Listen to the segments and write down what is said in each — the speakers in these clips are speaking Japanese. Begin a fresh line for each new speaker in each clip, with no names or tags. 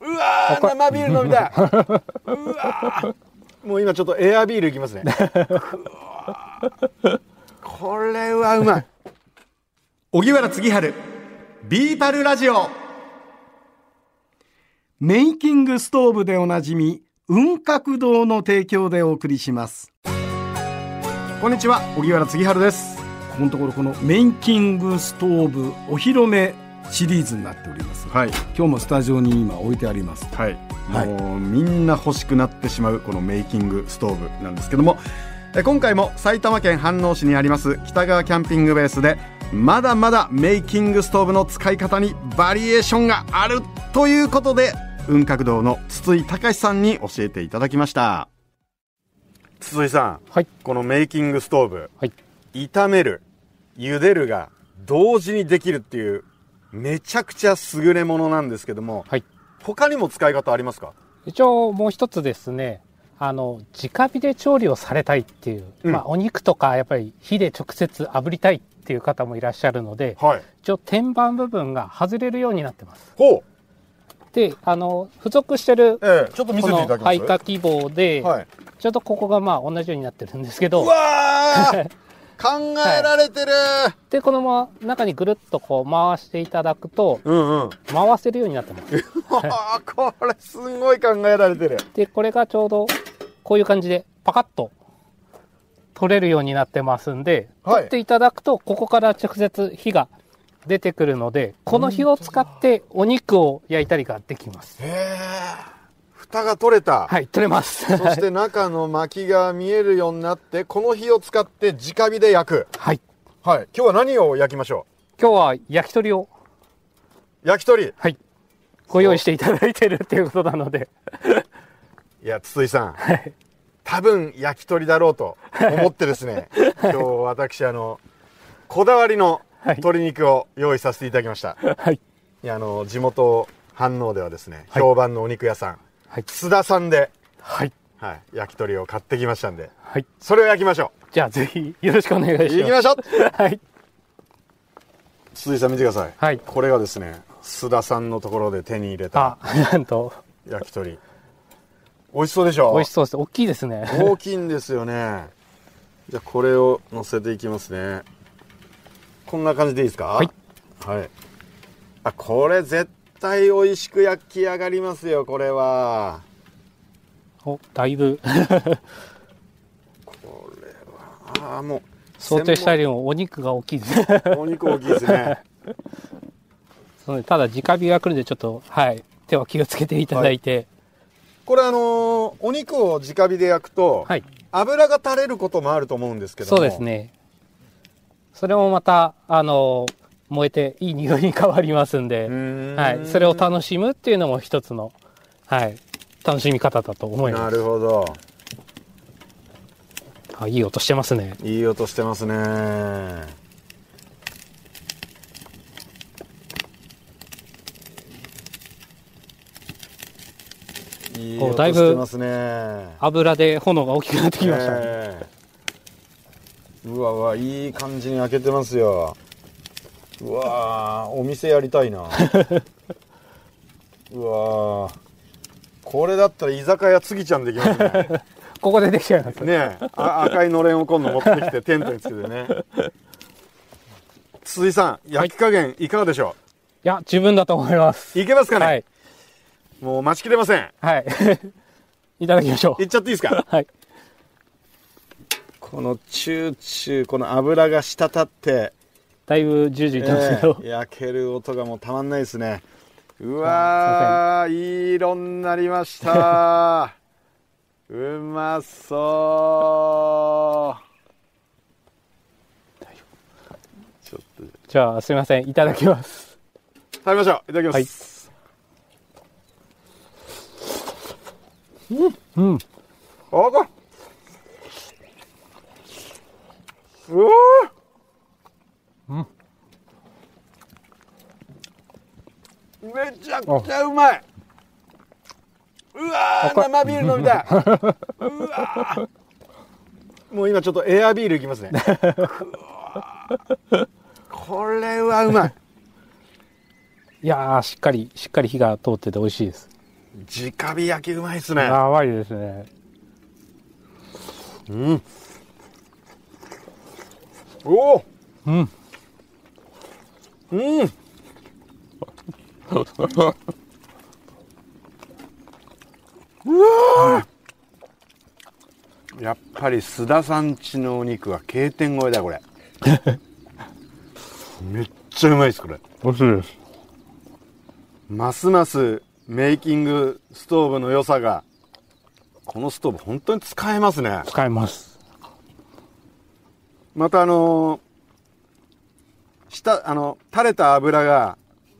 わー生ビール飲みたいうわーもう今ちょっとエアビールいきますねこれはうまい
荻原次春ビーパルラジオメイキングストーブでおなじみ雲閣堂の提供でお送りしますこんにちは荻原次春ですここのところこのメイキングストーブお披露目シリーズになっております、
はい
今日もスタジオに今置いてあります
はい、
はい
もうみんな欲しくなってしまうこのメイキングストーブなんですけどもえ今回も埼玉県飯能市にあります北川キャンピングベースでまだまだメイキングストーブの使い方にバリエーションがあるということで雲閣堂の筒井隆さんに教えていただきました
筒井さん、
はい
このメイキングストーブ
はい
炒める茹でるが同時にできるっていうめちゃくちゃ優れものなんですけども、
はい
他にも使い方ありますか
一応もう一つですねあの直火で調理をされたいっていう、
うん
まあ、お肉とかやっぱり火で直接炙りたいっていう方もいらっしゃるので
はい
一応天板部分が外れるようになってます
ほう
であの付属してる
ええちょっと見せ
こ
ていただ
の
けま
排
す
火希望で、
はい
ちょうどここがまあ同じようになってるんですけ
う
ど
わ ー考えられてる、
でこのまま中にぐるっとこう回していただくと
うんうん
回せるようになってます
あー これすごい考えられてる
でこれがちょうどこういう感じでパカッと取れるようになってますんで、
はい
取っていただくとここから直接火が出てくるのでこの火を使ってお肉を焼いたりができます
へえ蓋が取れた、
はい取れます
そして中の薪が見えるようになってこの火を使って直火で焼く
はい
はい今日は何を焼きましょ
今日は焼き鳥を
う焼き鳥
はいご用意していただいてるっていうことなので
いや筒井さん、多分焼き鳥だろうと思ってです ね今日私あのこだわりの
はい
鶏肉を用意させていただきました、
はい
いやあの地元飯能ではですね、
はい
評判のお肉屋さん、
はい
津田さんで、
はい
はい、焼き鳥を買ってきましたんで
はい
それを焼きましょ
じゃあぜひよろしくお願いうし
行き
ます
ましょう
はい
鈴井さん見てください、
はい
これがですね須田さんのところで手に入れた
あなんと
焼き鳥美味しそうでしょ
美味しそうです大きいですね
大きいんですよねじゃあこれを乗せていきますねこんな感じでいいですか
はい、
はいあこれ絶対美味しく焼き上がりますよこれは
おだいぶ
ああもう
想定したよりもお肉が大きい ですね
お肉大きいですね
そうねただ直火が来るんでちょっとはい手は気をつけていただいて
これあのーお肉を直火で焼くと、
はい、
油が垂れることもあると思うんですけども
そうですねそれもまたあの燃えていい匂いに変わりますんで
うーん
はい、それを楽しむっていうのも一つの、はい、楽しみ方だと思い
な
ます
るほど
あいい音してますね
いい音してますねいい音
おだいぶ
してますね
油で炎が大きくなってきました、ね
ええうわうわいい感じに開けてますようわーお店やりたい なうわーこれだったら居酒屋つぎちゃんできますね
ここでできちゃいます
ねえあ赤いのれんを今度持ってきてテントにつけてね鈴井さん焼き加減いかがでしょ
いや十分だと思います
う、い、けますかね、
はい
もう待ちきれません
はい いただきましょ
いうっちゃっていいですか
はい
このチューチューこの油が滴って、
だいぶジュージューいってますけど、
ええ焼ける音がもうたまんないですねうわーいい色になりました うまそうちょっと
じゃあすいませんいただきます
食べましょういただきます、
はいうん
あかうわうんめちゃくちゃうまいうわー生ビール飲みたいうわーもう今ちょっとエアビールいきます ねうわーこれはうまい
いやーしっかりしっかり火が通ってて美味しいです
直火焼きうまいっすね
やばいですね。
うんおお
うん。
うん うわーやっぱり須田さんちのお肉は経典超えだこ れめっちゃうまいですこれ
美味しいです。
ますますメイキングストーブの良さがこのストーブ本当に使えますね
使えます。
またあのー下あの垂れた油が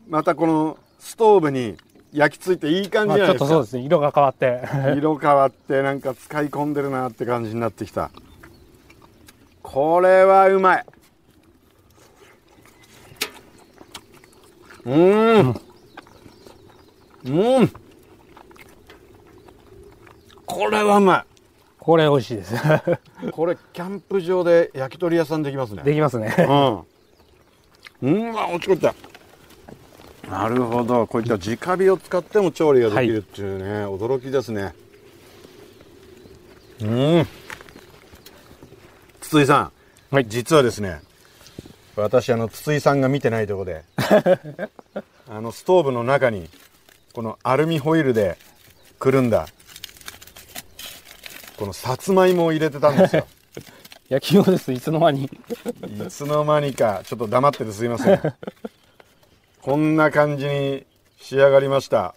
またこのストーブに焼き付いていい感
ま
じ
あ、
じゃ
ち
ないです
ょっと
か
そうですね。色が変わって。
色変わってなんか使い込んでるなって感じになってきたこれはうまいうーんうんこれはうま
これ美味しいです。
いこれキャンプ場で焼き鳥屋さんできますね
できますね。
うんうんま落ちこったなるほどこういった直火を使っても調理ができるっていうね、驚きですねうん筒井さん、
はい
実はですね私あの筒井さんが見てないとこ であのストーブの中にこのアルミホイルでくるんだこのさつまいもを入れてたんですよ
焼き芋です。いつの間に。
いつの間にかちょっと黙っててすいませんこんな感じに仕上がりました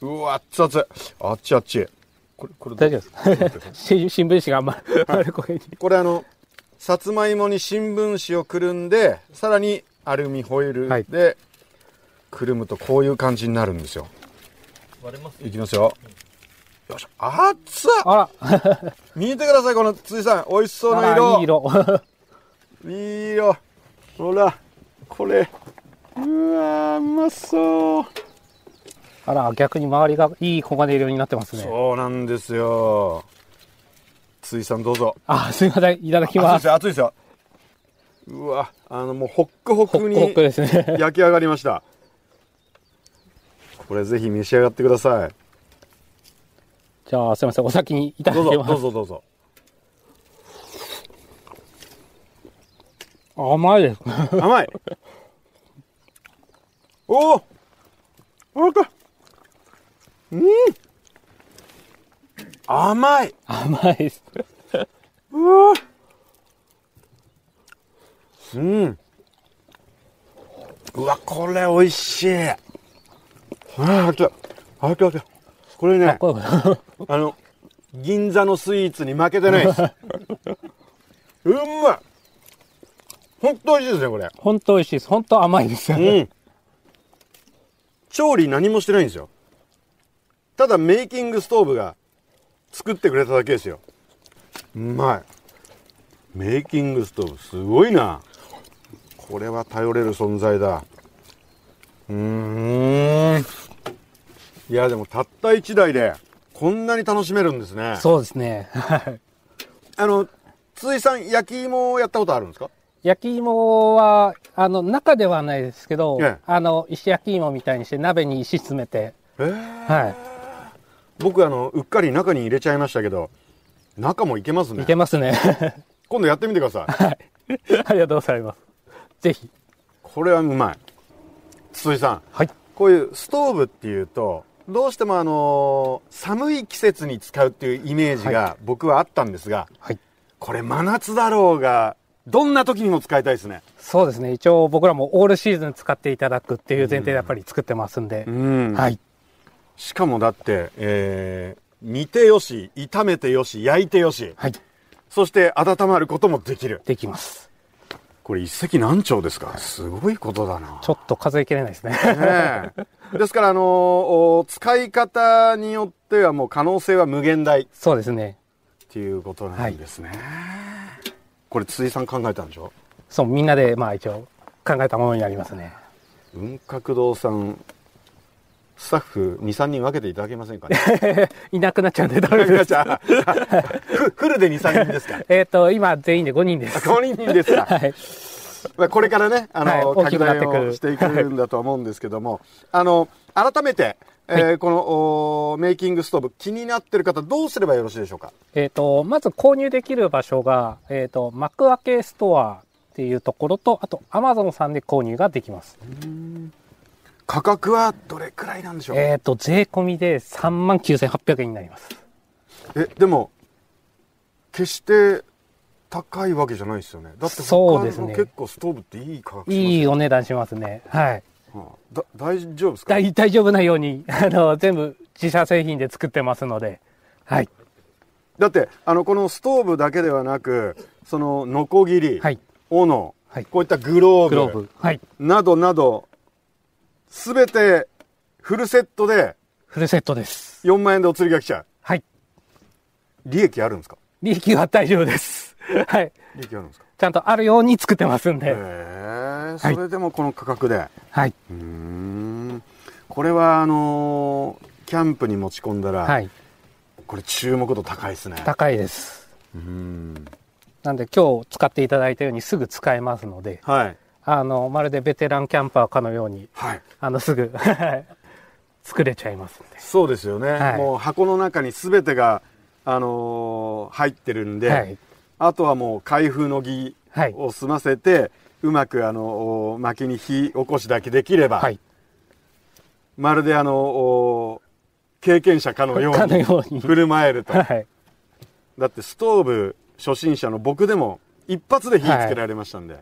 うわ熱々あっちあっちこれこれ
大丈夫です。し 新聞紙があんまり丸焦げに。
これあのさつまいもに新聞紙をくるんでさらにアルミホイル
はい
でくるむとこういう感じになるんですよいきますよよいしょ熱っ
あら、
見てくださいこの辻さん美味しそう
あ
な
ら
色
いい色。
いいよほらこれうわーうまそう
あら、逆に周りがいい黄金色になってますね。
そうなんですよ辻さんどうぞ
あ、すいません。いただき
熱い
ま
です
す。
よ熱いですようわあのもうホックホ
ホ
ク
ッ
に
クホックですね。
焼き上がりましたこれぜひ召し上がってください
じゃあ、すいません。お先にいただ
どう
き
ぞ
ま
どう
す。
ぞどうぞ
甘いです。
甘いおおあかうん甘い
甘いです。
うわうんうわこれ美味しいああ熱い熱い熱いこれね
こう
あの銀座のスイーツに負けてないですうんまい本当美味しいですねこれ
本当美味しいです。本当甘いです。
うん調理何もしてないんですよただメイキングストーブが作ってくれただけですようまいメイキングストーブすごいなこれは頼れる存在だうーんいやでもたった1台でこんなに楽しめるんですね
そうですね。はい
あの筒井さん焼き芋をやったことあるんですか
焼き芋は、あの、中ではないですけど
ええ、
あの、石焼き芋みたいにして鍋に石詰めて、
えー
は
僕あのうっかり中に入れちゃいましたけど中もいけます
い。
ね
いけますね。
今度やってみてください
ありがとうございます。ぜひ。
これはうまい筒井さん
はい。
こういうストーブっていうとどうしてもあのー寒い季節に使うっていうイメージが僕はあったんですが、
はい
これ真夏だろうがどんな時にも使いたいですね
そうですね。一応僕らもオールシーズン使っていただくっていう前提でやっぱり作ってますんで
う。ん、
はい。
しかもだって、えー煮てよし炒めてよし焼いてよし
はい。
そして温まることもできる
できます。
これ一石何鳥ですかすごいことだな
ちょっと数えきれないですね。
ねえですから、あのーお使い方によってはもう可能性は無限大っ
そうですね。
ていうことなんですね、これ辻さん考えたんでしょ
そう、みんなで、まあ一応考えたものになりますね。
文革堂さんスタッフ23人分けていただけませんか ね
いなくなっちゃうんでダメで
ガ
す
チ。ャフフルで23人ですか
えっと、今全員で5人です。
5人ですか、
はい。
まあこれからね、あの、
はい大
拡
きくなっ
大
てくる
をしていくんだと思うんですけども、あの、改めて、
はい
えーこのおーメイキングストーブ気になってる方どうすればよろしいでしょうか
えっ、と、まず購入できる場所が、えっ、と、幕開けストアっていうところと、あと、アマゾンさんで購入ができます。
価格はどれくらいなんでしょうえ
えっ、と、税込みで39,800円になります。
でも決して高いわけじゃないですよねだって
そ
他
う
の
ですね
結構ストーブっていい価格しますよね
いいお値段しますね。はい。
はあだ大丈夫ですか
大大丈夫なように、 あの、全部自社製品で作ってますので、はい。
だってあのこのストーブだけではなくそのノコギリ、
はい
斧、
はい
こういったグローブ
グローブ。はい。
などなど全てフルセットで
フルセットです。
4万円でお釣りが来ちゃう
はい。
利益あるんですか
利益は大丈夫です。 はい。
利益あるんですか
ちゃんとあるように作ってますんで。
へえそれでもこの価格で、
はい。
うーんこれはあのーキャンプに持ち込んだら、
はい。
これ注目度高いですね
高いです。
うん
なんで今日使っていただいたようにすぐ使えますので、
はい
あの、まるでベテランキャンパーかのように、
はい
あの、すぐ、 はい作れちゃいますんで。
そうですよね、
はい
もう箱の中に全てが、あのー入ってるんで、
はい
あとはもう開封の儀
はい
を済ませて、うまく、あのお薪に火起こしだけできれば、
はい。
まるで、あのお経験者かのよ
かのよ
う
う
に
に
振る舞えると、
はい。
だってストーブ初心者の僕でも一発で火つけられましたんで、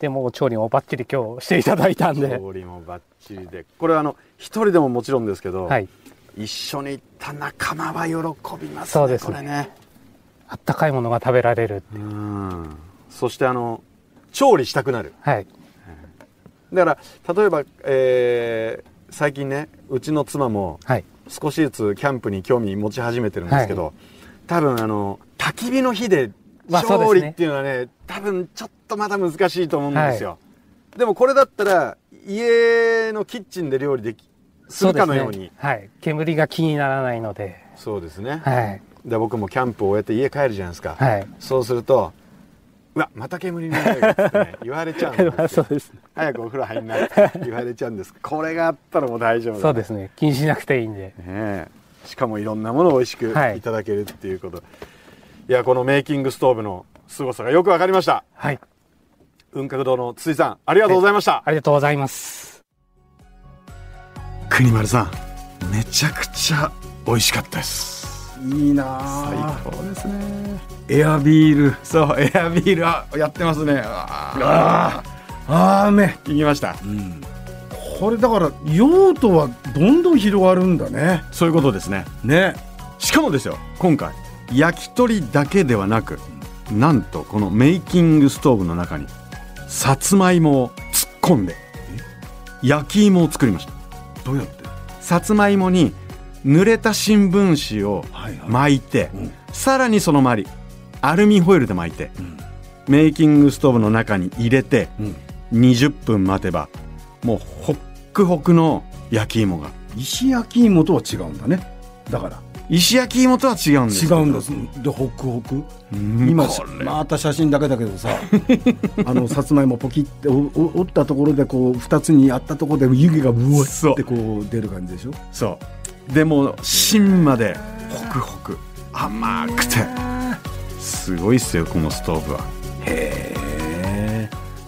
でもう調理もバッチリ今日していただいたんで、
調理もバッチリでこれはあの一人でももちろんですけど、
はい。
一緒に行った仲間は喜びますね
そうですね
これね
あったかいものが食べられる。
うんそしてあの調理したくなる
はい。
だから例えば、えー最近ねうちの妻も
はい。
少しずつキャンプに興味持ち始めてるんですけど、多分あの焚き火の火で
まあそうですね
調理っていうのはね,、多分ちょっとまだ難しいと思うんですよ、でもこれだったら家のキッチンで料理できするかのよう
そ
に
ですねはい。煙が気にならないので、
そうですね、
はい。
で僕もキャンプを終えて家帰るじゃないですか、
はい。
そうすると「うわまた煙の匂いが」って、ね、言われちゃうんですよ
まあ そうですね。
早くお風呂入んないって言われちゃうんですこれがあったらもう大丈夫だ
そうですね。気にしなくていいんで。
ねえしかもいろんなものを美味しく
はい
いただけるっていうこと、い、やこのメイキングストーブの凄さがよくわかりました
はい。
雲閣堂の辻さんありがとうございました、
ありがとうございます。
国丸さんめちゃくちゃ美味しかったです
いいなあ
最高ですね
エアビール
そうエアビールはやってますねあ
あーうめえ
あ行きました、
これだから用途はどんどん広がるんだね
そういうことですね
ね
しかもですよ今回焼き鳥だけではなくなんとこのメイキングストーブの中にさつまいもを突っ込んで焼き芋を作りました
どうやって
さつまいもに濡れた新聞紙を
はいはい
巻いて、
うん
さらにその周りアルミホイルで巻いて、
ん
メイキングストーブの中に入れて
うん
20分待てばもうホックホクの焼き芋が
石焼き芋とは違うんだねだから
石焼き芋とは違うんです
違
けど
うんですでホクホク
음.
うん
今
これ
また写真だけだけどさ あのさつまいもポキっておお折ったところでこう二つにあったところで湯気がブワ
そう
ッてこう出る感じでしょ
そうでもう芯までホクホク甘くてすごいっすよこのストーブは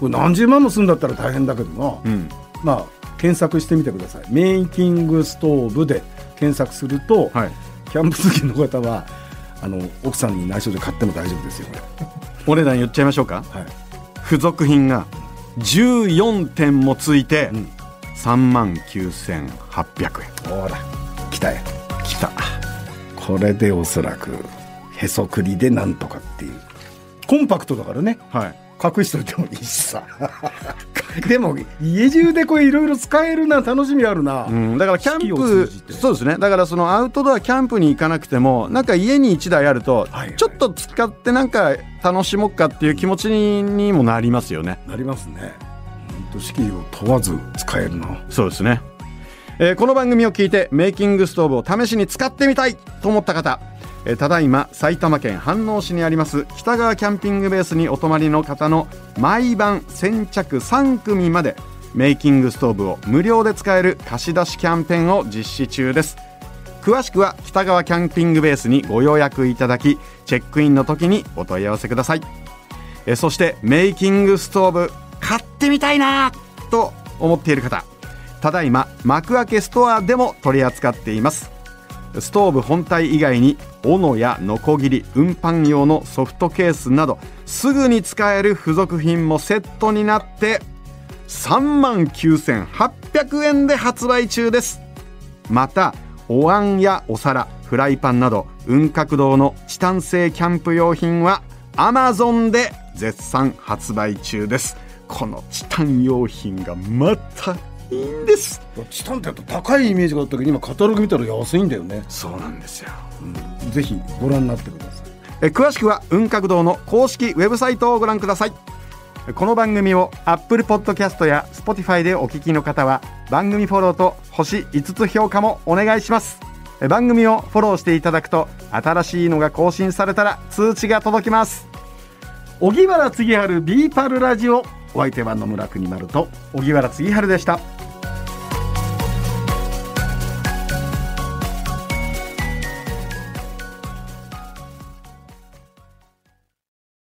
これ何十万もするんだったら大変だけどな、
うん
まあ検索してみてくださいメイキングストーブで検索すると、
はい
キャンプ好きの方はあの奥さんに内緒で買っても大丈夫ですよこれ
お値段言っちゃいましょうか
はい
付属品が14点もついて
ん
3万9800円
ほら来たよ
きた
これでおそらくへそくりでなんとかっていうコンパクトだからね
はい
隠しといてもいいしさ でも家中でこれいろいろ使えるな楽しみあるな、
うん、だからキャ
四季
ン
を通
プ
じて
そうですねだからそのアウトドアキャンプに行かなくてもなんか家に1台あると
はいはい
ちょっと使ってなんか楽しもうかっていう気持ちににもなりますよね
なりますねほんと四季を問わず使えるな
そうですね、えーこの番組を聞いてメイキングストーブを試しに使ってみたいと思った方、えーただいま埼玉県飯能市にあります北川キャンピングベースにお泊まりの方の毎晩先着3組までメイキングストーブを無料で使える貸し出しキャンペーンを実施中です詳しくは北川キャンピングベースにご予約いただきチェックインの時にお問い合わせくださいえそしてメイキングストーブ買ってみたいなと思っている方ただいま幕開けストアでも取り扱っていますストーブ本体以外に斧やノコギリ運搬用のソフトケースなどすぐに使える付属品もセットになって3万9800円で発売中ですまたお椀やお皿フライパンなど雲閣堂のチタン製キャンプ用品は Amazon で絶賛発売中ですこのチタン用品がまたいいんです
チタンってやっぱ高いイメージがあったけど今カタログ見たら安いんだよね
そうなんですよ
ぜひご覧になってください
え詳しくは雲閣堂の公式ウェブサイトをご覧くださいこの番組を Apple Podcast や Spotify でお聞きの方は番組フォローと星5つ評価もお願いしますえ番組をフォローしていただくと新しいのが更新されたら通知が届きます
小木原次春ビーパルラジオお相手は野村国丸と
小木原次春でした